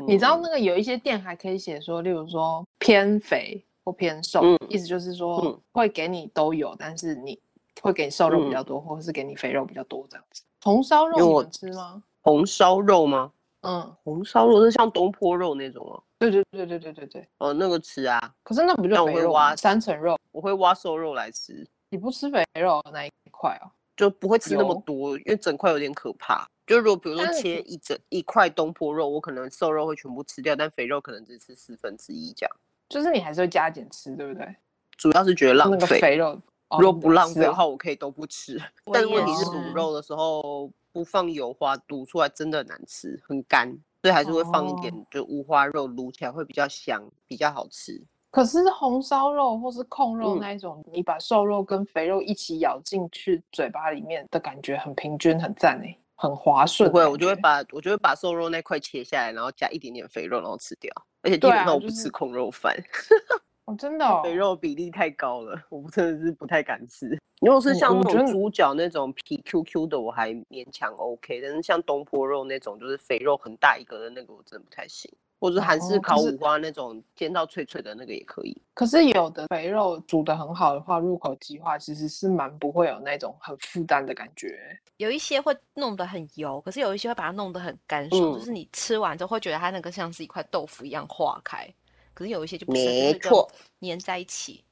Speaker 2: 你知道
Speaker 4: 嗯
Speaker 2: 那个有一些店还可以写说，例如说偏肥或偏瘦，
Speaker 4: 嗯
Speaker 2: 意思就是说
Speaker 4: 嗯
Speaker 2: 会给你都有，但是你会给你瘦肉比
Speaker 4: 嗯
Speaker 2: 较多，或者是给你肥肉比较多这样子。红烧肉
Speaker 4: 因为
Speaker 2: 你
Speaker 4: 我
Speaker 2: 们吃吗？
Speaker 4: 红烧肉吗？
Speaker 2: 嗯，
Speaker 4: 红烧肉是像东坡肉那种哦、
Speaker 2: 对对对对对对对。
Speaker 4: 哦，那个吃啊，
Speaker 2: 可是那不就
Speaker 4: 但我
Speaker 2: 肥
Speaker 4: 会
Speaker 2: 肉吗
Speaker 4: 挖
Speaker 2: 三层肉？
Speaker 4: 我会挖瘦肉来吃，
Speaker 2: 你不吃肥肉的那一块哦？
Speaker 4: 就不会吃那么
Speaker 2: 有
Speaker 4: 多，因为整块有点可怕。就如果比如说
Speaker 2: 但是
Speaker 4: 切一整一块东坡肉，我可能瘦肉会全部吃掉，但肥肉可能只吃四分之一这样。
Speaker 2: 就是你还是会加减吃，对不对？
Speaker 4: 主要是觉得浪
Speaker 2: 那个
Speaker 4: 费，
Speaker 2: 肥肉，哦
Speaker 4: 如果
Speaker 2: 你
Speaker 4: 不
Speaker 2: 的
Speaker 4: 浪
Speaker 2: 吃
Speaker 4: 费的
Speaker 2: 哦
Speaker 4: 话，我可以都不吃。
Speaker 5: 我
Speaker 4: 但
Speaker 5: 也
Speaker 4: 是问题是卤
Speaker 5: 是
Speaker 4: 肉的时候不放油花，卤出来真的很难吃，很干，所以还是会放一
Speaker 2: 哦
Speaker 4: 点就五花肉，卤起来会比较香，比较好吃。
Speaker 2: 可是红烧肉或是控肉
Speaker 4: 嗯
Speaker 2: 那一种，你把瘦肉跟肥肉一起咬进去嘴巴里面的感觉很平均，很赞哎、很滑顺
Speaker 4: 不
Speaker 2: 的
Speaker 4: 会，
Speaker 2: 感觉。
Speaker 4: 我就会把我就会把瘦肉那块切下来，然后加一点点肥肉，然后吃掉。而且基
Speaker 2: 对
Speaker 4: 本
Speaker 2: 啊
Speaker 4: 上我
Speaker 2: 就
Speaker 4: 不
Speaker 2: 是
Speaker 4: 吃控肉饭，
Speaker 2: 哦，真的、哦、
Speaker 4: 肥肉比例太高了，我不真的是不太敢吃。如果是像
Speaker 2: 嗯我
Speaker 4: 那
Speaker 2: 觉得
Speaker 4: 种猪脚那种皮 QQ 的，我还勉强 OK，但是像东坡肉那种就是肥肉很大一个的那个，我真的不太行。或者是韩
Speaker 2: 哦
Speaker 4: 式
Speaker 2: 可
Speaker 4: 烤
Speaker 2: 是
Speaker 4: 五花那种煎到脆脆的那个也可以。
Speaker 2: 可是有的肥肉煮的很好的话，入口即化，其实是蛮不会有那种很负担的感觉欸。
Speaker 5: 有一些会弄得很油，可是有一些会把它弄得很干爽，就
Speaker 4: 嗯
Speaker 5: 是你吃完之后会觉得它那个像是一块豆腐一样化开，可是有一些就不是，
Speaker 4: 没
Speaker 5: 就是跟
Speaker 4: 错，
Speaker 5: 粘在一起。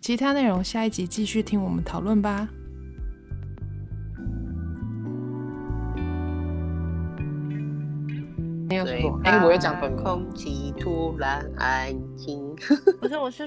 Speaker 1: 其他内容下一集继续听我们讨论吧。
Speaker 2: 你有什
Speaker 4: 对
Speaker 2: 么？哎、我又讲
Speaker 4: 吧
Speaker 2: 本名。哎
Speaker 4: 空气突然安静。
Speaker 5: 不是，我是